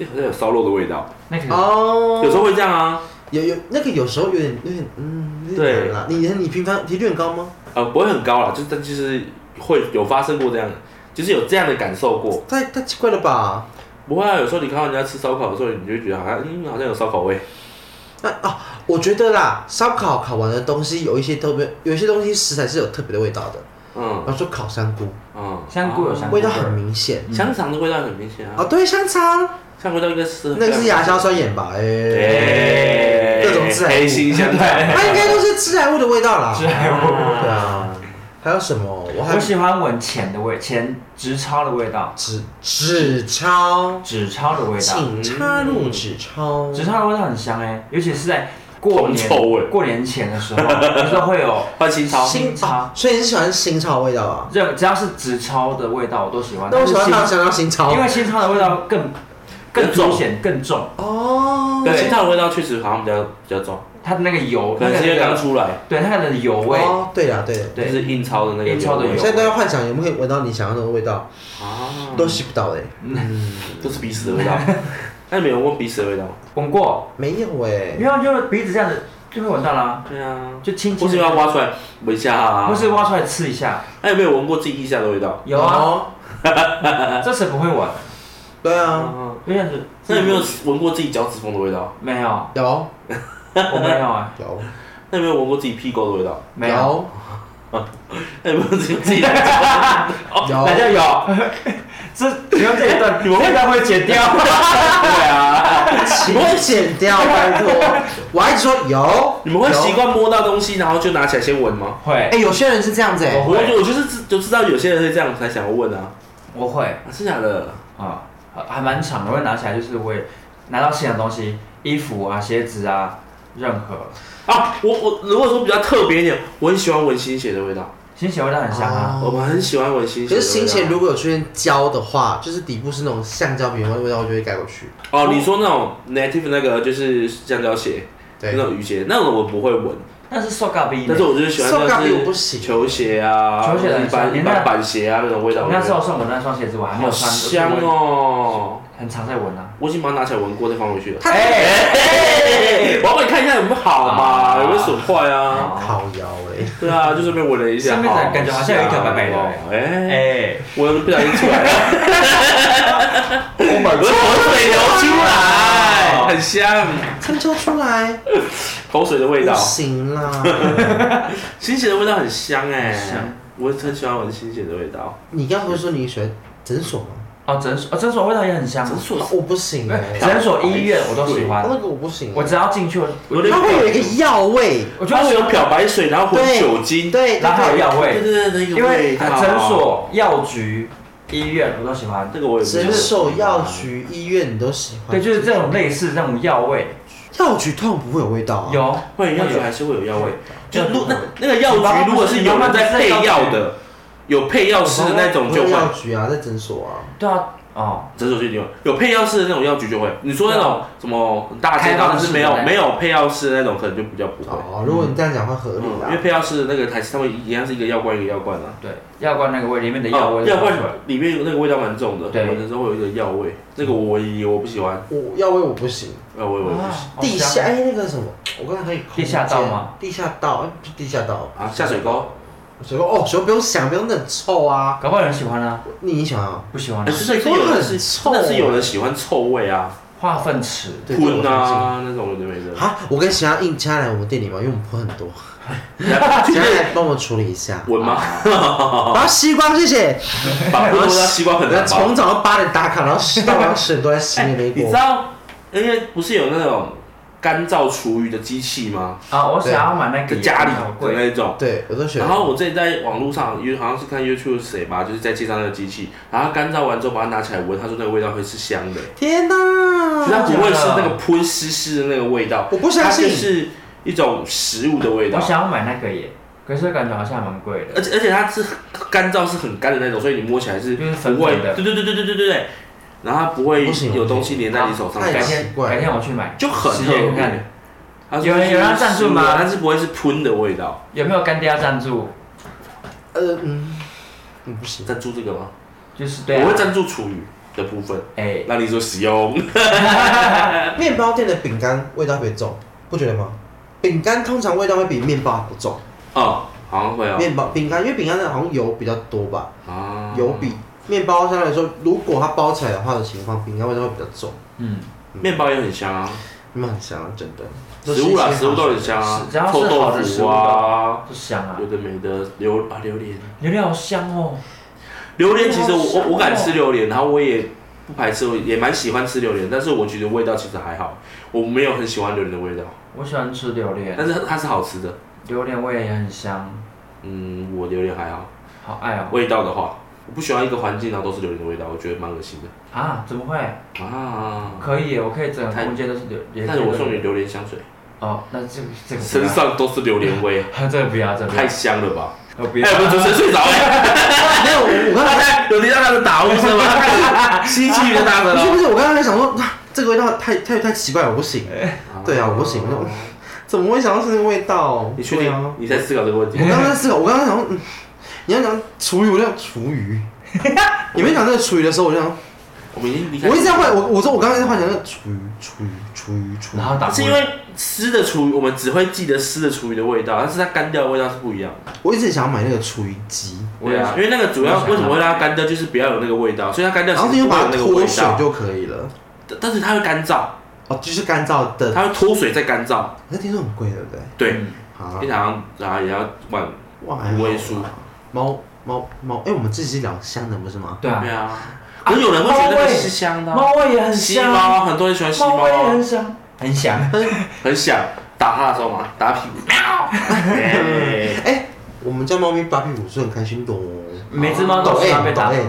Speaker 2: 哎好像有烧肉的味道，
Speaker 3: 那个
Speaker 1: 哦，
Speaker 2: 有时候会这样啊。
Speaker 1: 有有那个有时候有点有点嗯，有点难
Speaker 2: 对
Speaker 1: 啦。你你频繁频率很高吗？
Speaker 2: 呃，不会很高啦，就是但就是会有发生过这样的，就是有这样的感受过。
Speaker 1: 太太奇怪了吧？
Speaker 2: 不会啊，有时候你看到人家吃烧烤的时候，你就会觉得好像嗯，好像有烧烤味。
Speaker 1: 那啊，我觉得啦，烧烤烤完的东西有一些特别，有一些东西食材是有特别的味道的，比
Speaker 2: 嗯
Speaker 1: 方说烤香菇，
Speaker 2: 嗯，
Speaker 3: 香菇有香菇
Speaker 1: 味道很明显。
Speaker 2: 香肠的味道很明显啊
Speaker 1: 哦，，对，香肠，
Speaker 2: 香肠味道应该是
Speaker 1: 那个是亚硝酸盐吧？哎，
Speaker 2: 哎，
Speaker 1: 各种自然物
Speaker 2: 黑心香肠。
Speaker 1: 它应该都是致癌物的味道啦。
Speaker 3: 致癌物
Speaker 1: 对啊，还有什么？我还
Speaker 3: 我喜欢闻钱的味，钱纸钞的味道，
Speaker 1: 纸纸钞，
Speaker 3: 纸钞的味道，
Speaker 1: 请插入纸钞。
Speaker 3: 纸钞的味道很香哎，尤其是在过
Speaker 2: 铜臭味
Speaker 3: 年过年前的时候，有时候会有
Speaker 2: 换新钞，
Speaker 1: 新
Speaker 3: 新
Speaker 1: 啊
Speaker 3: 钞，
Speaker 1: 所以你是喜欢新钞的味道啊？
Speaker 3: 任只要是纸钞的味道我都喜欢。
Speaker 1: 那我喜欢它
Speaker 3: 啊但是
Speaker 1: 想到新
Speaker 3: 新
Speaker 1: 钞
Speaker 3: 因，为新钞的味道更更
Speaker 2: 更重
Speaker 3: 凸显更重，
Speaker 1: 哦，
Speaker 2: 对，新钞的味道确实好像比较比较重，
Speaker 3: 它的那个油，
Speaker 2: 可
Speaker 3: 那
Speaker 2: 能是因为刚
Speaker 3: 个
Speaker 2: 出来，
Speaker 3: 对它的油味，
Speaker 1: 哦，对啦对啦，
Speaker 2: 就
Speaker 3: 对
Speaker 2: 是印钞的那个
Speaker 3: 印钞的
Speaker 1: 我
Speaker 2: 味
Speaker 3: 油
Speaker 1: 现在都在幻想有没有可以闻到你想要的味道，
Speaker 3: 嗯
Speaker 2: 啊，
Speaker 1: 都吸不到哎，
Speaker 2: 都是鼻屎的味道。那你们有闻鼻屎的味道吗？
Speaker 3: 闻过，
Speaker 1: 没有哎，
Speaker 3: 因为就是鼻子这样子就会闻到啦，
Speaker 2: 对啊，
Speaker 3: 就轻
Speaker 2: 或
Speaker 3: 轻
Speaker 2: 是
Speaker 3: 地，
Speaker 2: 要挖出来闻一下啊？
Speaker 3: 或是挖出来吃一下，
Speaker 2: 那有没有闻过自己腋下的味道？
Speaker 3: 有啊，
Speaker 1: 哦，
Speaker 3: 这次不会闻，
Speaker 1: 对啊，
Speaker 2: 嗯，
Speaker 3: 就像是
Speaker 2: 那有没有闻过自己脚趾缝的味道？
Speaker 3: 没有，
Speaker 1: 有
Speaker 3: 我没 有啊，
Speaker 1: 有
Speaker 2: 那有没有闻过自己屁股的味道？
Speaker 3: 没有，
Speaker 2: 那有没有自己自己的脚 趾缝？
Speaker 1: 有
Speaker 3: 哦大家有， 这你用这一段，你们会不会剪掉？
Speaker 2: 对啊，
Speaker 1: 请剪掉，拜托，我还一直说有，
Speaker 2: 你们会
Speaker 1: 有
Speaker 2: 习？惯摸到东西，然后就拿起来先闻吗？
Speaker 3: 会
Speaker 1: 哎，，有些人是这样子哎，
Speaker 3: 我
Speaker 2: 我
Speaker 3: 会
Speaker 2: 就我就是知就知道有些人会这样才想要问啊，
Speaker 3: 我会
Speaker 2: 啊是假的？
Speaker 3: 啊，还蛮长的，我会拿起来，就是我也拿到新的东西，衣服啊、鞋子啊，任何
Speaker 2: 啊，我我如果说比较特别一点，我很喜欢闻新鞋的味道，
Speaker 3: 新鞋味道很香啊，
Speaker 2: 我们很喜欢闻新
Speaker 1: 可是
Speaker 2: 鞋的味道。
Speaker 1: 新钱如果有出现胶的话，就是底部是那种橡胶皮的味道，我就会盖过去。
Speaker 2: 哦，你说那种 native 那个就是橡胶鞋，
Speaker 1: 对
Speaker 2: 那，种雨鞋，那种我不会闻，
Speaker 3: 但是瘦嘎逼，
Speaker 2: 但是我就是喜欢
Speaker 1: 塑胶
Speaker 2: 那
Speaker 1: 皮我不
Speaker 2: 种
Speaker 1: 行
Speaker 2: 是球鞋啊，
Speaker 3: 球鞋很香
Speaker 2: 板
Speaker 3: 你那
Speaker 2: 板板鞋啊那种味道。
Speaker 3: 我那时候送我那双鞋子，我还没
Speaker 2: 好
Speaker 3: 有穿，
Speaker 2: 香
Speaker 3: 我就闻，
Speaker 2: 哦！
Speaker 3: 很常在闻啊。
Speaker 2: 我已经把它拿起来闻过再放回去了。
Speaker 3: 哎，
Speaker 2: 哎我要帮你看一下有没有好嘛，
Speaker 3: 啊
Speaker 2: 有没有损坏啊？
Speaker 3: 好
Speaker 1: 靠腰 哎，
Speaker 2: 对啊，就顺便闻了一下。
Speaker 3: 上面的感觉好像有一条白白的
Speaker 2: 好香哦哎，
Speaker 3: 哎，
Speaker 2: 我不小心出来了，
Speaker 3: 我
Speaker 2: 我的口水流出来，很香，
Speaker 1: 参照出来
Speaker 2: 口水的味
Speaker 1: 不
Speaker 2: 道，
Speaker 1: 行啦。
Speaker 2: 新血的味道很香哎
Speaker 3: 很香，
Speaker 2: 我很喜欢闻新血的味道。
Speaker 1: 你刚不是说你喜欢诊所吗？
Speaker 3: 哦，诊所哦，诊所味道也很香。
Speaker 1: 我不行
Speaker 2: 嗯
Speaker 1: 哎，
Speaker 3: 诊所、医院我都喜欢，
Speaker 1: 那个我不行欸，
Speaker 3: 我只要进去，我
Speaker 2: 有点
Speaker 1: 它会有一个药味，
Speaker 3: 我就
Speaker 2: 它会有漂白水，然后混
Speaker 1: 对
Speaker 2: 酒精，
Speaker 1: 对，
Speaker 3: 然后还有药
Speaker 2: 对
Speaker 3: 味，
Speaker 2: 对对，那个
Speaker 3: 因为
Speaker 2: 味道
Speaker 3: 呃诊所、药局、医院我都喜欢。
Speaker 2: 那个我也不
Speaker 1: 诊
Speaker 2: 喜
Speaker 1: 所、
Speaker 2: 欢
Speaker 1: 药局、医院你都喜
Speaker 2: 哦
Speaker 1: 欢。
Speaker 3: 对，就是这种类似那种药味，
Speaker 1: 药局通常不会有味道啊。
Speaker 2: 哦
Speaker 3: 有
Speaker 2: 会药局还是会有药味，就
Speaker 3: 药局
Speaker 2: 如
Speaker 3: 会
Speaker 2: 那那个药局如果是有人在配药的，有配药师的那种
Speaker 1: 不
Speaker 2: 就
Speaker 1: 会
Speaker 2: 会，
Speaker 1: 药局啊，在诊所啊，
Speaker 3: 对啊，哦，
Speaker 2: 诊所就一定有，有配药师的那种药局就会。你说那种什么大街
Speaker 3: 开
Speaker 2: 道
Speaker 3: 放
Speaker 2: 但是
Speaker 3: 式的
Speaker 2: 没有
Speaker 3: 那种
Speaker 2: 没有配药师的那种，可能就比较不会。
Speaker 1: 哦，如果你这样讲话合理啊
Speaker 2: 嗯因为
Speaker 1: 啦。
Speaker 2: 配药师的那个还是他们一样是一个药罐一个药罐啊，
Speaker 3: 对，药罐那个味里面的药
Speaker 2: 哦
Speaker 3: 味，
Speaker 2: 药罐里面有那个味道蛮重的，
Speaker 3: 对
Speaker 2: 闻的时候会有一个药味，那个我唯一我不喜欢，
Speaker 1: 我药味我不行，
Speaker 2: 药味我也不喜
Speaker 3: 啊
Speaker 1: 地下哎那个什么，我刚才还有
Speaker 3: 地下道吗？
Speaker 1: 地下道，哎不是地下道，
Speaker 2: 欢啊。下水沟，
Speaker 1: 水沟哦，水沟不用想，不用那很臭啊。
Speaker 3: 搞不好有人喜欢啊，
Speaker 1: 你喜欢啊？
Speaker 3: 不喜欢啊
Speaker 2: 哎，，是是有人
Speaker 1: 很
Speaker 2: 是
Speaker 1: 臭
Speaker 2: 那是有人喜欢臭味啊。
Speaker 3: 化粪池，
Speaker 1: 对
Speaker 2: 喷啊那种有的没的。
Speaker 1: 好，我跟喜欢硬加来我们店里嘛，因为我们喷很 多，请他来帮我处理一下。
Speaker 2: 闻吗？
Speaker 1: 然后吸光，谢谢。
Speaker 2: 把不多到吸光很
Speaker 1: 然
Speaker 2: 难
Speaker 1: 后
Speaker 2: 吧？哎
Speaker 1: 从早到八点打卡，然后吸到晚上十点都在吸那杯
Speaker 2: 你知
Speaker 1: 锅。
Speaker 2: 道，因为不是有那种干燥厨余的机器吗？
Speaker 3: 啊，我想要买那个
Speaker 2: 在家里
Speaker 3: 好
Speaker 2: 的
Speaker 3: 贵，
Speaker 2: 那种。
Speaker 1: 对，我都选。
Speaker 2: 然后我这在网络上，因为好像是看 YouTube 谁吧，就是在介绍那个机器，然后它干燥完之后把它拿起来闻，他说那个味道会是香的，
Speaker 1: 天
Speaker 2: 就它
Speaker 1: 哪！
Speaker 2: 不会是那个喷湿湿的那个味道，
Speaker 1: 我不相信
Speaker 2: 它就是一种食物的味道
Speaker 3: 我。想要买那个耶，可是感觉好像蛮贵的。
Speaker 2: 而且而且它是干燥是很干的那种，所以你摸起来是
Speaker 3: 就是
Speaker 2: 不
Speaker 3: 粉
Speaker 2: 会
Speaker 3: 粉，的
Speaker 2: 对对对对对对对对，然后它不会
Speaker 1: 不行
Speaker 2: 有东西粘在你手上，
Speaker 1: 太
Speaker 3: 改
Speaker 2: 干
Speaker 3: 天
Speaker 1: 奇怪了
Speaker 3: 改天我去买，
Speaker 2: 就很
Speaker 3: 实
Speaker 2: 特
Speaker 3: 验看
Speaker 2: 别
Speaker 3: 看。
Speaker 2: 它是
Speaker 3: 有人有人要赞助吗
Speaker 2: 食物啊但是不会是喷的味道，
Speaker 3: 有没有干爹要赞助？
Speaker 1: 呃嗯，嗯不行。
Speaker 2: 赞助这个吗？
Speaker 3: 就是对
Speaker 2: 我
Speaker 3: 啊
Speaker 2: 会，赞助厨余的部分，
Speaker 3: 哎，
Speaker 2: 让你做使用。
Speaker 1: 面包店的饼干味道特别重，不觉得吗？饼干通常味道会比面包还不重。
Speaker 2: 哦，好像会哦。
Speaker 1: 面包饼干，因为饼干的好像油比较多吧，
Speaker 2: 啊
Speaker 1: 油比面包相对来说，如果它包起来的话的情况，饼干味道会比较重。
Speaker 3: 嗯，
Speaker 2: 面包也很香啊，
Speaker 1: 你们很香啊，真的。
Speaker 2: 食物啦，
Speaker 1: 都是一些
Speaker 2: 食物都很香啊
Speaker 3: 是只要，是
Speaker 2: 臭豆
Speaker 3: 好的食
Speaker 2: 腐
Speaker 3: 物
Speaker 2: 啊，
Speaker 3: 不香啊
Speaker 2: 有，的没的，榴啊榴莲，
Speaker 3: 榴莲好香哦，
Speaker 2: 榴莲其实我
Speaker 3: 好香哦
Speaker 2: 我我敢吃榴莲，然后我也不排斥，我也蛮喜欢吃榴莲，但是我觉得味道其实还好，我没有很喜欢榴莲的味道，
Speaker 3: 我喜欢吃榴莲，
Speaker 2: 但是它它是好吃的，
Speaker 3: 榴莲味也很香，
Speaker 2: 嗯，我榴莲还好，
Speaker 3: 好爱哦。
Speaker 2: 味道的话，我不喜欢一个环境然后都是榴莲的味道，我觉得蛮恶心的
Speaker 3: 啊，怎么会？
Speaker 2: 啊。
Speaker 3: 可以耶，我可以整个
Speaker 2: 太
Speaker 3: 空间都是榴莲。
Speaker 2: 但是我送你榴莲香水，
Speaker 3: 哦，那这个这个
Speaker 1: 啊
Speaker 3: 不
Speaker 2: 身上都是榴莲 味，啊
Speaker 3: 要， 这个不要，这个不要
Speaker 2: 太，香了吧？
Speaker 3: 我不
Speaker 2: 哎，
Speaker 3: 要。
Speaker 2: 我们主持人睡着了。
Speaker 1: 没有，我我刚
Speaker 2: 大
Speaker 1: 才
Speaker 2: 家 有听到他的打呼声吗？他 开始吸气的大声
Speaker 1: 不是
Speaker 2: 了。
Speaker 1: 不是，我刚才在想说，啊这个味道太太太奇怪了，我不行。对啊我不行我怎么会想到是那个味道？
Speaker 2: 你确
Speaker 1: 对啊
Speaker 2: 定？你在思考这个问题
Speaker 1: 我？刚刚在思考，我刚刚想说，嗯，你要讲厨余，我就想厨 余。你们讲这个厨余的时候，我就想，
Speaker 2: 我们已经离开。
Speaker 1: 我一直在幻，我我说我刚刚在幻想那个厨余，厨余，厨余，厨余
Speaker 3: 然。后打呼
Speaker 2: 是因为湿的厨余，我们只会记得湿的厨余的味道，但是它干掉的味道是不一样的。
Speaker 1: 我一直想要买那个厨余机，
Speaker 3: 我
Speaker 2: 对
Speaker 3: 也
Speaker 2: 啊，
Speaker 3: 是
Speaker 2: 因为那个主要为什么会让它干掉，就是不要有那个味道，所以它干掉
Speaker 1: 然
Speaker 2: 其
Speaker 1: 后就
Speaker 2: 实不会
Speaker 1: 把
Speaker 2: 有
Speaker 1: 它
Speaker 2: 那个味
Speaker 1: 脱水
Speaker 2: 道，
Speaker 1: 就可以了。
Speaker 2: 但但是它会干燥，
Speaker 1: 哦，就是干燥的，
Speaker 2: 它会脱水再干燥。
Speaker 1: 那听说很贵，对不对？
Speaker 2: 对，
Speaker 3: 嗯
Speaker 1: 好
Speaker 2: 一，堂啊也要万
Speaker 1: 哇，啊
Speaker 2: 五位数。
Speaker 1: 猫猫猫，哎，我们自己聊香的不是吗？
Speaker 3: 对啊
Speaker 2: 对，啊，可是有人会觉得那个是香的啊，
Speaker 3: 猫味也很
Speaker 2: 吸猫
Speaker 3: 香，
Speaker 2: 啊，很多人喜欢吸
Speaker 3: 猫
Speaker 2: 猫
Speaker 3: 味也
Speaker 2: 啊
Speaker 3: 很，香，很香。
Speaker 2: 很想打它的时候嘛，打屁股。哎
Speaker 1: 哎，我们家猫咪扒屁股是很开心的哦。
Speaker 3: 每只猫都
Speaker 1: 抖
Speaker 3: 是要
Speaker 1: 哎，
Speaker 3: 被
Speaker 1: 抖
Speaker 3: 打，
Speaker 1: 哎，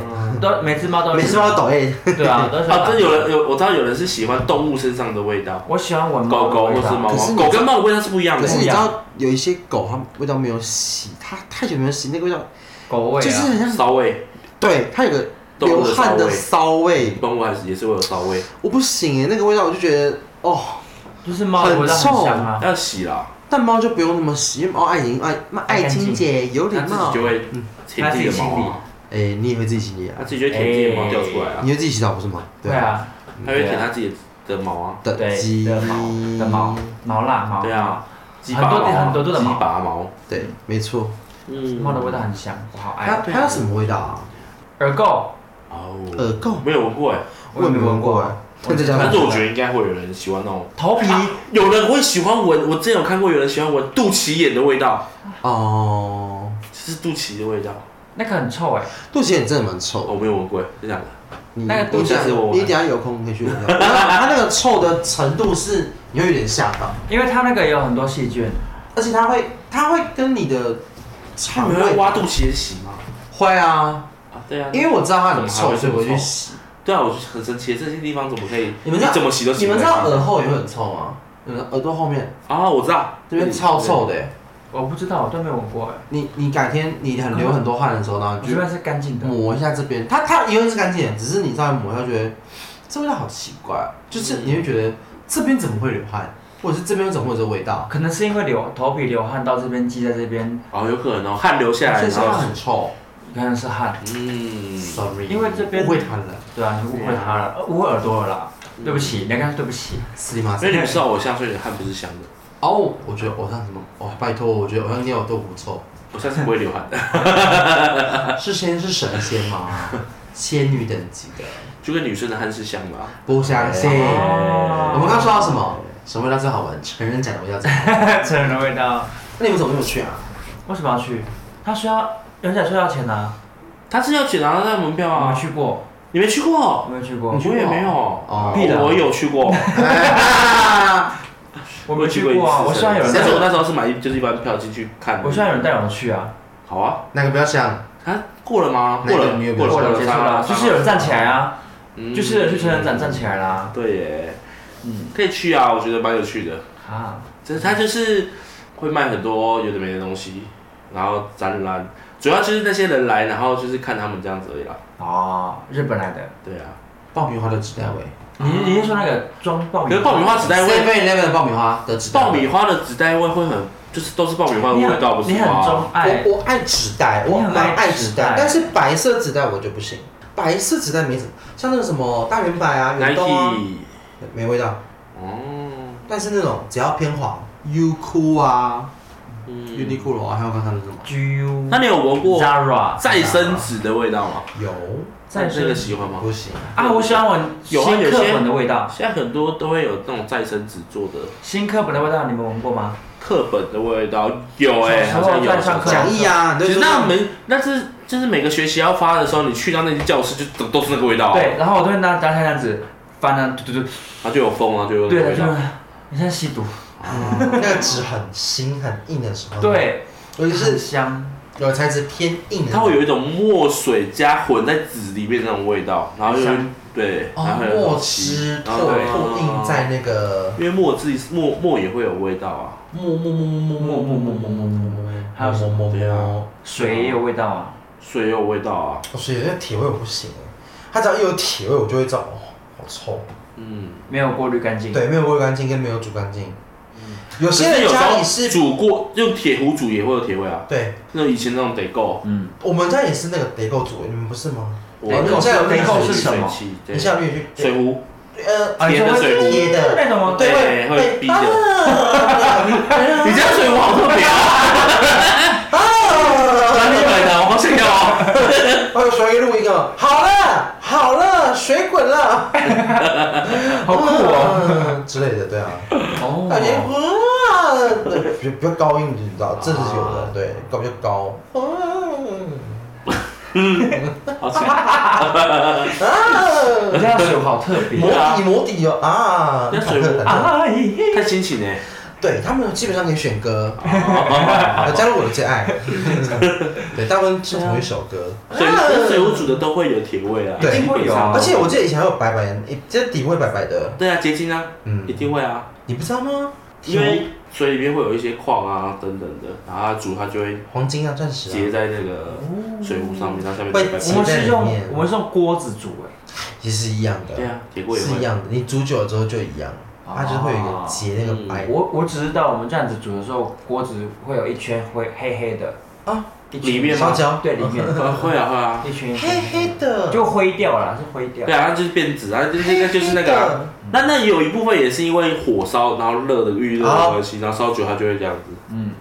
Speaker 3: 都每只猫都
Speaker 1: 每次猫抖哎，
Speaker 3: 对啊，都是 要
Speaker 2: 啊，
Speaker 3: 打
Speaker 2: 真有人有，我知道有人是喜欢动物身上的味道，
Speaker 3: 我喜欢闻
Speaker 2: 狗
Speaker 3: 猫的
Speaker 2: 狗
Speaker 3: 味
Speaker 2: 或是
Speaker 3: 道
Speaker 2: 猫
Speaker 1: 可是你
Speaker 2: 猫，狗跟猫的味道是不一样
Speaker 1: 可
Speaker 2: 的
Speaker 1: 是
Speaker 3: 对。
Speaker 1: 你知道有一些狗它味道没有洗，它太久没有洗，那个味道
Speaker 3: 狗味啊，
Speaker 1: 就是很像，
Speaker 2: 骚味，
Speaker 1: 对，它有个流汗的骚味，
Speaker 2: 动物还是也是会有骚味，
Speaker 1: 我不行哎，那个味道我就觉得哦，
Speaker 3: 就是猫的味道很香啊。
Speaker 2: 要洗啦，
Speaker 1: 但猫就不用那么洗，因为猫爱赢爱爱清洁有礼
Speaker 2: 它自己
Speaker 1: 貌
Speaker 2: 就。会舔自己的毛啊，
Speaker 1: 哎，你也会自己洗脸啊
Speaker 3: 嗯
Speaker 2: 它？自己就会舔自己的毛掉出来啊，
Speaker 3: 哎
Speaker 1: 你会自己洗澡不是吗？
Speaker 3: 对，啊，
Speaker 2: 它会舔它自己的毛啊，
Speaker 1: 的
Speaker 3: 对
Speaker 1: 鸡
Speaker 3: 的毛的毛毛啦毛，
Speaker 2: 对啊，鸡
Speaker 3: 很
Speaker 2: 拔毛
Speaker 3: 多
Speaker 2: 啊，
Speaker 3: 很多都是
Speaker 2: 鸡
Speaker 3: 毛
Speaker 2: 拔毛，
Speaker 1: 对，没错。
Speaker 2: 嗯
Speaker 3: 猫的味道很香，我好哎
Speaker 1: 它
Speaker 3: 爱。
Speaker 1: 它有什么味道啊？
Speaker 3: 耳垢，
Speaker 2: 哦，
Speaker 1: 耳垢，
Speaker 2: 没有闻过哎，
Speaker 1: 我也没闻过哎。那这家
Speaker 2: 但
Speaker 1: 伙
Speaker 2: 是我觉得应该会有人喜欢那种。
Speaker 3: 头皮
Speaker 2: 啊有人会喜欢闻，我之前有看过有人喜欢闻肚脐眼的味道，
Speaker 1: 哦，
Speaker 2: 是肚脐的味道。
Speaker 3: 那个很臭哎，
Speaker 1: 肚脐眼真的蛮臭。
Speaker 2: 哦，我没有闻过，哎真的假的？
Speaker 1: 你
Speaker 3: 那个肚
Speaker 1: 你
Speaker 3: 脐
Speaker 1: 等下
Speaker 2: 是我
Speaker 1: 你等下有空可以去闻一下。它那个臭的程度是你会有点吓到，
Speaker 3: 因为它那个有很多细菌，
Speaker 1: 而且它会它会跟你的
Speaker 2: 你
Speaker 1: 肠
Speaker 2: 们会
Speaker 1: 胃
Speaker 2: 挖肚脐眼洗吗？
Speaker 1: 会啊，
Speaker 2: 啊，对啊，
Speaker 1: 因为我知道它很
Speaker 2: 怎么还
Speaker 1: 臭，
Speaker 2: 会
Speaker 1: 所以我
Speaker 2: 这么
Speaker 1: 去
Speaker 2: 臭
Speaker 1: 洗。
Speaker 2: 对啊，我就很生气，这些地方怎么可以？
Speaker 1: 你们知道
Speaker 2: 怎么洗都洗
Speaker 1: 你
Speaker 2: 不
Speaker 1: 们
Speaker 2: 干
Speaker 1: 知
Speaker 2: 净
Speaker 1: 道耳后也会很臭吗？你们耳朵后面
Speaker 2: 啊？我知道，
Speaker 1: 这边超臭的欸。
Speaker 3: 我不知道，我都没闻过哎。
Speaker 1: 你你改天你很流很多汗的时候，然后
Speaker 3: 我
Speaker 1: 你
Speaker 3: 这
Speaker 1: 就
Speaker 3: 边是干净的，
Speaker 1: 抹一下这边，它它一样是干净的，只是你稍微抹一下，觉得这味道好奇怪，啊就是你会觉得这边怎么会流汗，或者是这边怎么会有这味道，
Speaker 3: 可能是因为流头皮流汗到这边积在这边，
Speaker 2: 哦，有可能哦，汗流下
Speaker 1: 所
Speaker 2: 来，
Speaker 1: 以
Speaker 2: 然
Speaker 1: 现在
Speaker 2: 后
Speaker 1: 很臭。
Speaker 3: 可能是汗。
Speaker 2: 嗯，
Speaker 1: Sorry，
Speaker 3: 因为这边
Speaker 1: 误会他了，
Speaker 3: 对啊，你误会他了，呃误会耳朵了啦。
Speaker 2: 嗯
Speaker 3: 对不起，你要跟他说对不起。
Speaker 1: 斯里马
Speaker 2: 所以你们知道我下睡的汗不是香的，
Speaker 1: 哦，我觉得偶像什么，哦，拜托，我觉得偶像尿都不 臭，
Speaker 2: 我下次不会流汗的。
Speaker 1: 是先是神仙吗？仙女等级的，
Speaker 2: 就跟女生的汗啊是香吧。
Speaker 1: 不相信。
Speaker 3: 哦
Speaker 1: 我们刚说到什么？什么味道最好闻？成人讲的味道最好闻。
Speaker 3: 成人的味道。
Speaker 1: 那你们怎么没有去啊？
Speaker 3: 为什么要去？他需要，人家说要钱呐、
Speaker 2: 他是要检查那门票
Speaker 3: 我没
Speaker 2: 啊，
Speaker 3: 去过，
Speaker 2: 你没去过
Speaker 3: 我？没去过
Speaker 1: 你，去
Speaker 2: 我也没有，
Speaker 1: 哦
Speaker 3: 屁的
Speaker 2: 我有去 过，
Speaker 1: 哎
Speaker 3: 我没去过啊。
Speaker 2: 一
Speaker 3: 我
Speaker 2: 次
Speaker 3: 希望有人带
Speaker 2: 但是我
Speaker 3: 我，
Speaker 2: 那时候是买一就是一般票进去看。
Speaker 3: 我希望有人带我去啊。
Speaker 2: 好啊，
Speaker 1: 哪个不要想？
Speaker 2: 他过了吗？
Speaker 1: 那
Speaker 2: 过
Speaker 1: 个
Speaker 2: 了
Speaker 1: 你有，没
Speaker 2: 过
Speaker 1: 有
Speaker 2: 了，
Speaker 3: 过了，
Speaker 2: 过
Speaker 3: 结束了，就是有人站起来啊，
Speaker 2: 嗯
Speaker 3: 就是有人去成人展站起来啦。
Speaker 2: 对耶，
Speaker 3: 嗯
Speaker 2: 可以去啊，我觉得蛮有趣的。
Speaker 3: 啊，
Speaker 2: 就是他就是会卖很多有的没的东西，然后展览，主要就是那些人来，然后就是看他们这样子而已啦。
Speaker 3: 哦，日本来的。
Speaker 2: 对啊，
Speaker 1: 爆米花的纸袋味。
Speaker 3: 你你是说那个装爆米？
Speaker 2: 可是爆米花纸袋
Speaker 1: 那
Speaker 2: 味，
Speaker 1: 边那边的爆米花的纸袋味。
Speaker 2: 爆米花的纸袋味会很，就是都是爆米花的
Speaker 3: 你
Speaker 2: 味
Speaker 3: 很
Speaker 2: 道，不啊是
Speaker 3: 你很
Speaker 2: 吗？
Speaker 3: 钟爱
Speaker 1: 我我爱纸袋，我
Speaker 3: 你很
Speaker 1: 蛮
Speaker 3: 爱
Speaker 1: 爱
Speaker 3: 纸
Speaker 1: 纸袋
Speaker 3: 袋，
Speaker 1: 但是白色纸袋我就不行。白色纸袋没什么，像那个什么大圆白啊、圆东啊，
Speaker 2: Nike，
Speaker 1: 没味道。
Speaker 2: 哦，
Speaker 1: 但是那种只要偏黄，优酷啊、优衣
Speaker 2: 嗯，
Speaker 1: 库罗啊，还有刚才那种
Speaker 3: GU
Speaker 2: 那你有闻过
Speaker 3: Zara 啊
Speaker 2: 再生纸的味道吗？
Speaker 1: 有
Speaker 3: 再
Speaker 2: 那个
Speaker 3: 生
Speaker 2: 喜欢吗？
Speaker 1: 不行，
Speaker 3: 啊，我喜欢闻
Speaker 2: 有啊
Speaker 3: 新
Speaker 2: 有
Speaker 3: 课
Speaker 2: 些
Speaker 3: 本的味道，
Speaker 2: 现在很多都会有那种再生纸做的
Speaker 3: 新课本的味道你们闻过吗？
Speaker 2: 课本的味道，有哎、
Speaker 3: 小时
Speaker 2: 好
Speaker 3: 候
Speaker 2: 像有
Speaker 3: 在上课
Speaker 1: 讲义啊，你
Speaker 2: 就
Speaker 1: 都
Speaker 2: 是
Speaker 1: 说
Speaker 2: 那门，那是就是每个学期要发的时候，你去到那间教室就都都是那个味道、啊，，
Speaker 3: 对，然后我都会拿拿开那样子翻啊，嘟嘟嘟，
Speaker 2: 然后就有风啊，就有那
Speaker 3: 对
Speaker 2: 个
Speaker 3: 的，
Speaker 2: 味
Speaker 3: 就
Speaker 2: 道。
Speaker 3: 很像吸毒，
Speaker 1: 嗯那个纸很新很硬的时候，，
Speaker 3: 对，
Speaker 1: 尤其
Speaker 3: 很
Speaker 1: 是
Speaker 3: 香，
Speaker 1: 有材质偏硬的，
Speaker 2: 它会有一种墨水加混在纸里面那种味道，然后又
Speaker 3: 香
Speaker 2: 对，
Speaker 1: 哦
Speaker 2: 然后会有
Speaker 1: 墨
Speaker 2: 那种气
Speaker 1: 汁
Speaker 2: 然后
Speaker 1: 透
Speaker 2: 对哦
Speaker 1: 透印在那个
Speaker 2: 因为墨自己墨墨也会有味道啊，
Speaker 1: 墨墨墨墨墨墨墨墨墨墨墨，
Speaker 3: 还有什
Speaker 1: 墨墨
Speaker 2: 对啊
Speaker 1: 墨。
Speaker 3: 水也有味道啊，
Speaker 2: 水也有味道啊，
Speaker 1: 我所以那铁味我不行，它只要一有铁味，我就会知道哦，好臭。
Speaker 2: 嗯，
Speaker 3: 没有过滤干净，
Speaker 1: 对，没有喂干净跟没有煮干净，有
Speaker 2: 可
Speaker 1: 些
Speaker 2: 是
Speaker 1: 人
Speaker 2: 有时
Speaker 1: 家
Speaker 2: 候
Speaker 1: 里是，
Speaker 2: 煮过用铁壶煮也会有铁味啊，
Speaker 1: 对，
Speaker 2: 那种以前那种得够，
Speaker 3: 嗯，
Speaker 1: 我们家也是那个得垢煮，哎你们不是吗？
Speaker 2: 我
Speaker 1: 雷公
Speaker 2: 那种
Speaker 1: 雷公是
Speaker 2: 水
Speaker 3: 什么
Speaker 2: 器？对
Speaker 1: 你下面去
Speaker 2: 水壶，
Speaker 1: 呃，
Speaker 3: 啊，你说
Speaker 2: 铁的水壶
Speaker 1: 铁的
Speaker 3: 那种吗？
Speaker 1: 哦对，啊
Speaker 2: 对会
Speaker 1: 会
Speaker 2: 逼
Speaker 1: 被
Speaker 2: 的
Speaker 1: 啊
Speaker 2: 你家水壶好特别啊！
Speaker 1: 啊
Speaker 2: 哪里买的？我好想要啊！
Speaker 1: 我有手机录一个，好了好了，水滚了，
Speaker 3: 好酷哦，
Speaker 1: 哦 之类的，对啊，感觉
Speaker 3: 哦，
Speaker 1: 哇，比比较高音，你知道，这是有
Speaker 2: 啊
Speaker 1: 的，对，高比较高，啊
Speaker 2: 好香！
Speaker 3: 你
Speaker 1: 啊，
Speaker 3: 家的水壶好特别
Speaker 1: 摩
Speaker 2: 对啊
Speaker 1: 底摩底哦啊，
Speaker 2: 那水壶
Speaker 3: 啊，
Speaker 2: 太清醒哎！
Speaker 1: 对他们基本上可以选
Speaker 2: 哦
Speaker 1: 歌，加入我的最 爱。对，大部分是同一首歌。
Speaker 2: 水跟啊水壶煮的都会有铁味啊，
Speaker 1: 对
Speaker 2: 基本上
Speaker 3: 一定会有
Speaker 1: 而且我记得以前还有白白的，你这底会白白的，
Speaker 2: 对啊，结晶啊，
Speaker 1: 嗯
Speaker 2: 一，定会啊，
Speaker 1: 你不知道吗？
Speaker 2: 因为水里面会有一些矿啊等等的，然后它煮它就会
Speaker 1: 黄金啊，钻石啊，嗯
Speaker 2: 结在那个水壶上面，然后下面
Speaker 1: 会
Speaker 2: 就白
Speaker 3: 我
Speaker 2: 白。
Speaker 3: 们
Speaker 1: 在
Speaker 3: 是
Speaker 1: 里
Speaker 3: 用
Speaker 1: 面
Speaker 3: 我们是用锅子煮哎，
Speaker 1: 其实是一样的，
Speaker 2: 对啊，铁锅也
Speaker 1: 是一
Speaker 2: 会。啊
Speaker 1: 样的。你煮久了之后就一样，它就是会有一个结那个白。
Speaker 3: 我我只知道我们这样子煮的时候，锅子会有一圈灰黑黑的
Speaker 1: 啊，
Speaker 3: 一圈
Speaker 2: 里面吗
Speaker 1: 烧焦
Speaker 3: 对，里 面
Speaker 2: 呃会啊会啊，
Speaker 3: 一圈一圈
Speaker 1: 黑黑的，
Speaker 3: 就灰掉了，是灰掉
Speaker 2: 对。啊，它就是变质啊，就是那就是那个啊。那那有一部分也是因为火烧，然后热的预热
Speaker 1: 啊
Speaker 2: 的关系，然后烧久它就会这样子。
Speaker 3: 嗯，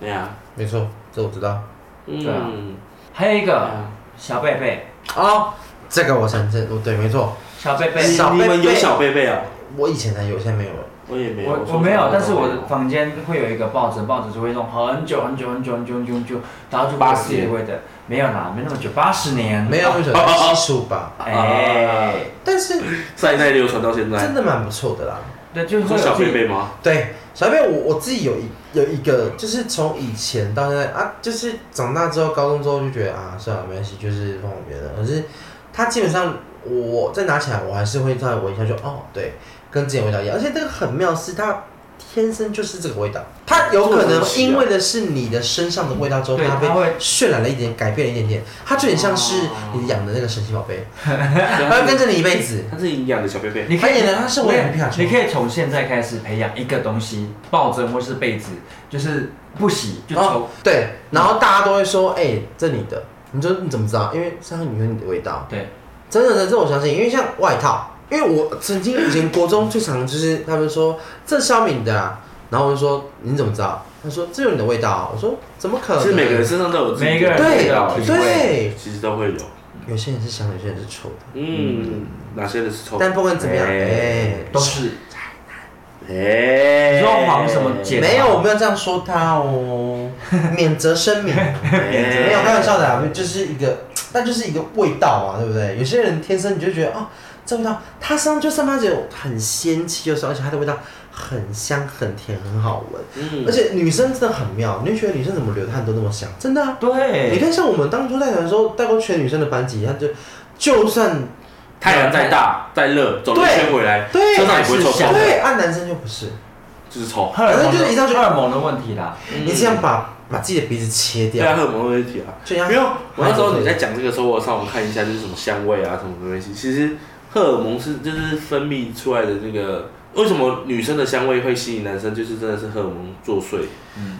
Speaker 2: 对啊，
Speaker 1: 没错，这我知道。
Speaker 3: 对啊
Speaker 2: 嗯，
Speaker 3: 还有一
Speaker 2: 对
Speaker 3: 个
Speaker 2: 啊
Speaker 3: 小贝贝，
Speaker 1: 哦，这个我承认，哦对，没错，
Speaker 3: 小贝贝，
Speaker 2: 你
Speaker 1: 小贝
Speaker 2: 你
Speaker 1: 贝
Speaker 2: 们有小贝贝啊？
Speaker 1: 我以前才有，现在没有了。
Speaker 2: 我也没有，
Speaker 3: 我
Speaker 2: 说
Speaker 3: 我没有
Speaker 2: 实，话
Speaker 3: 但是我的
Speaker 2: 没
Speaker 3: 房间会有一个抱枕，抱枕就会弄很久很久很久很久很久很久，然后就
Speaker 2: 八
Speaker 3: 八
Speaker 2: 十
Speaker 3: 十
Speaker 2: 年
Speaker 3: 年味的，没有啦，没那么久，八十年
Speaker 1: 没有那么久，七十五吧。
Speaker 3: 哎，
Speaker 1: 但是
Speaker 2: 有上一代流传到现在
Speaker 1: 真，的蛮不错的啦。
Speaker 3: 对，就是会
Speaker 2: 说
Speaker 3: 有
Speaker 2: 小
Speaker 3: 自己
Speaker 2: 贝贝吗？
Speaker 1: 对，小贝，我我自己有一有一个，就是从以前到现在啊，就是长大之后，高中之后就觉得啊，算了，没关系，就是放我别的。可是它基本上我再拿起来，我还是会再闻一下就，哦，对，跟之前味道一样。而且这个很妙是它。天生就是这个味道，它有可能因为的是你的身上的味道之后，
Speaker 3: 对
Speaker 1: 它被
Speaker 3: 它会
Speaker 1: 渲染了一点，改变了一点点，它就很像是你养的那个神奇宝贝， 它会跟着你一辈子。
Speaker 2: 它是营养的小贝啊贝，
Speaker 3: 你可以
Speaker 1: 他演的他是我也很不想说
Speaker 3: 你可以从现在开始培养一个东西，抱枕或是被子，就是不洗就
Speaker 1: 哦
Speaker 3: 抽。，
Speaker 1: 对，然后大家都会说，哎、这你的，你说嗯你怎么知道？因为身上有你的味道，
Speaker 3: 对，
Speaker 1: 真的真的，这我相信，因为像外套，因为我曾经以前国中最常就是他们说这肖敏的、啊，然后我就说你怎么知道？他说这有你的味道啊，我说怎么可能？
Speaker 2: 其实每个人身上都有自己
Speaker 3: 每个
Speaker 2: 的
Speaker 3: 人
Speaker 2: 味
Speaker 1: 对
Speaker 2: 道，啊
Speaker 3: 都有体
Speaker 1: 对
Speaker 2: 其实都会有。
Speaker 1: 有些人是香，有些人是臭的，
Speaker 2: 嗯，哪些的是臭？
Speaker 1: 但不管怎么样，
Speaker 2: 哎
Speaker 1: 哎，
Speaker 3: 都是
Speaker 2: 哎，
Speaker 3: 你说黄什么姐
Speaker 1: 没有，我没有这样说他哦，免责声 明，没有开玩笑的啊，就是一个，那就是一个味道啊嘛，对不对？有些人天生你就觉得哦，这味道，它身上就散发着很仙气，就是而且它的味道很香、很甜、很好闻，
Speaker 2: 嗯
Speaker 1: 而且女生真的很妙，你就觉得女生怎么流汗都那么香，真的啊。你
Speaker 3: 对，
Speaker 1: 看，像我们当初带团的时候，带过全女生的班级，她就就算
Speaker 2: 太阳再大再热，走了一
Speaker 1: 对
Speaker 2: 圈回来，
Speaker 1: 对
Speaker 2: 车上也不会臭
Speaker 3: 是香
Speaker 2: 臭，
Speaker 1: 对，按、男生就不是，
Speaker 2: 就是臭。
Speaker 3: 荷尔
Speaker 1: 反
Speaker 3: 蒙
Speaker 1: 正就是一上去
Speaker 3: 的荷尔蒙的问题啦。
Speaker 1: 你这样把把自己的鼻子切
Speaker 2: 对啊，
Speaker 1: 掉，
Speaker 2: 荷尔蒙问题啊。
Speaker 1: 就像哎
Speaker 2: 不用，我那时候你在讲这个时候，我上网看一下就是什么香味啊，什么东西。其实荷尔蒙是就是分泌出来的那个，为什么女生的香味会吸引男生？就是真的是荷尔蒙作祟，
Speaker 3: 嗯，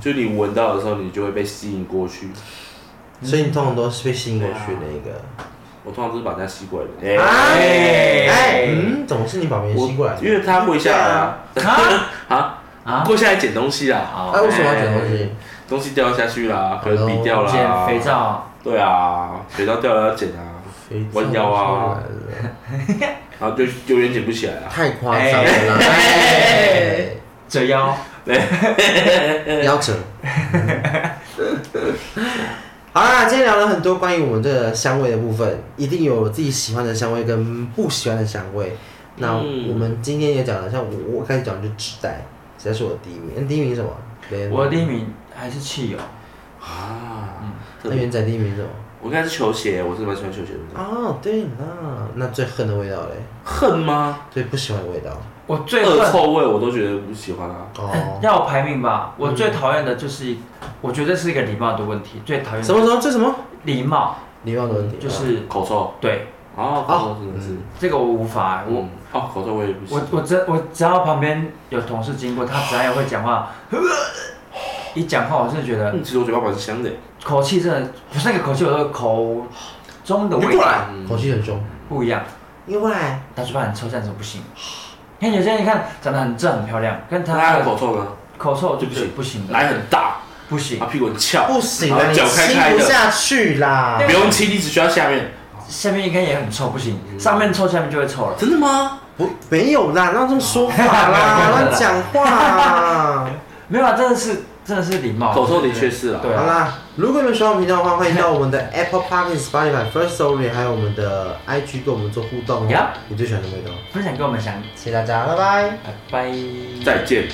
Speaker 2: 就你闻到的时候，你就会被吸引过去。
Speaker 1: 所以你通常都是被吸引过去的一个。
Speaker 2: 我通常都是把人家吸过来的。
Speaker 1: 哎
Speaker 3: 哎
Speaker 1: 哎，嗯，怎么是你把别人
Speaker 2: 我
Speaker 1: 吸过来？
Speaker 2: 因为他跪下来啊，
Speaker 3: 啊
Speaker 2: 啊，
Speaker 3: 啊，
Speaker 2: 跪下来捡东西啊，
Speaker 1: 哎，
Speaker 3: 好，
Speaker 1: 为什么要捡东西？
Speaker 2: 东西掉下去啦，可能笔掉
Speaker 3: 捡
Speaker 2: 啦，
Speaker 3: 肥，皂，
Speaker 2: 对啊，肥皂掉了要捡啊，
Speaker 1: 肥皂
Speaker 2: 弯腰啊
Speaker 1: 出来了，
Speaker 2: 然后就永远捡不起来啊。
Speaker 1: 太夸张了啦！
Speaker 3: 哎
Speaker 1: 哎，
Speaker 3: 折腰，
Speaker 1: 夭折。好啦，今天聊了很多关于我们这个香味的部分，一定有自己喜欢的香味跟不喜欢的香味。那
Speaker 2: 嗯
Speaker 1: 我们今天也讲了，像我我开始讲就是纸袋，纸袋是我的第一名。那第一名是什么？雷恩
Speaker 3: 我的第一名还是汽油，
Speaker 2: 啊，特
Speaker 1: 那
Speaker 2: 别
Speaker 1: 元仔第一名是什么？
Speaker 2: 我应该是球鞋，我是蛮喜欢球鞋的。
Speaker 1: 哦，对啦，那最恨的味道嘞，
Speaker 2: 恨吗？
Speaker 1: 最不喜欢的味道。
Speaker 3: 我最
Speaker 2: 恶
Speaker 3: 恨。
Speaker 2: 臭味我都觉得不喜欢啊。
Speaker 1: 哦，
Speaker 3: 要我排名吧，我最讨厌的就是一，我觉得是一个礼貌的问题，最讨厌 的
Speaker 1: 什么什么？这什么？
Speaker 3: 礼貌
Speaker 1: 礼貌的问题。啊
Speaker 3: 就是
Speaker 2: 口臭
Speaker 3: 对
Speaker 2: 啊，口臭真的是，
Speaker 3: 这个我无法，啊我
Speaker 2: 嗯，哦，口臭我也不喜
Speaker 3: 我
Speaker 2: 欢。
Speaker 3: 我只我只要旁边有同事经过，他只要也会讲话，一讲话我真的觉得
Speaker 2: 嗯其实我嘴巴蛮香的。
Speaker 3: 口气真的不是那个口气，我说口中的
Speaker 1: 你
Speaker 3: 味
Speaker 1: 过
Speaker 3: 道
Speaker 1: 来
Speaker 2: 嗯，
Speaker 1: 口气很凶。
Speaker 3: 不一样。
Speaker 1: 你过来，
Speaker 3: 打嘴巴很臭，这样子不行。因为有些人你看长得很正很漂亮，跟他
Speaker 2: 那
Speaker 3: 那
Speaker 2: 的
Speaker 3: 个
Speaker 2: 口臭呢？
Speaker 3: 口臭
Speaker 2: 就
Speaker 3: 就不
Speaker 2: 不
Speaker 3: 行
Speaker 2: 行，
Speaker 3: 不行的，
Speaker 2: 奶很大，
Speaker 3: 不行
Speaker 2: 啊，。屁股很翘，
Speaker 1: 不行
Speaker 2: 然
Speaker 1: 了，
Speaker 2: 后
Speaker 1: 你
Speaker 2: 脚开开
Speaker 1: 亲不
Speaker 2: 的，
Speaker 1: 下去啦
Speaker 3: 对。
Speaker 2: 不用亲，你只需要下面。
Speaker 3: 下面应该也很臭，不行。上面臭，下面就会臭了。
Speaker 2: 真的吗？
Speaker 1: 不，没有啦，那种说法 啦，乱讲话 啦。
Speaker 3: 没有啊，真的是真的是礼貌。
Speaker 2: 口臭的确是啊。
Speaker 3: 哦对
Speaker 1: 好啦，如果你们喜欢我们频道的话，欢迎到我们的 Apple Park、Spotify、First Story，还有我们的 IG 跟我们做互动哦
Speaker 3: Yeah。
Speaker 1: 你最喜欢的味道？
Speaker 3: 分享给我们想，
Speaker 1: 谢谢大家，拜拜。
Speaker 3: 拜拜。
Speaker 2: 再见。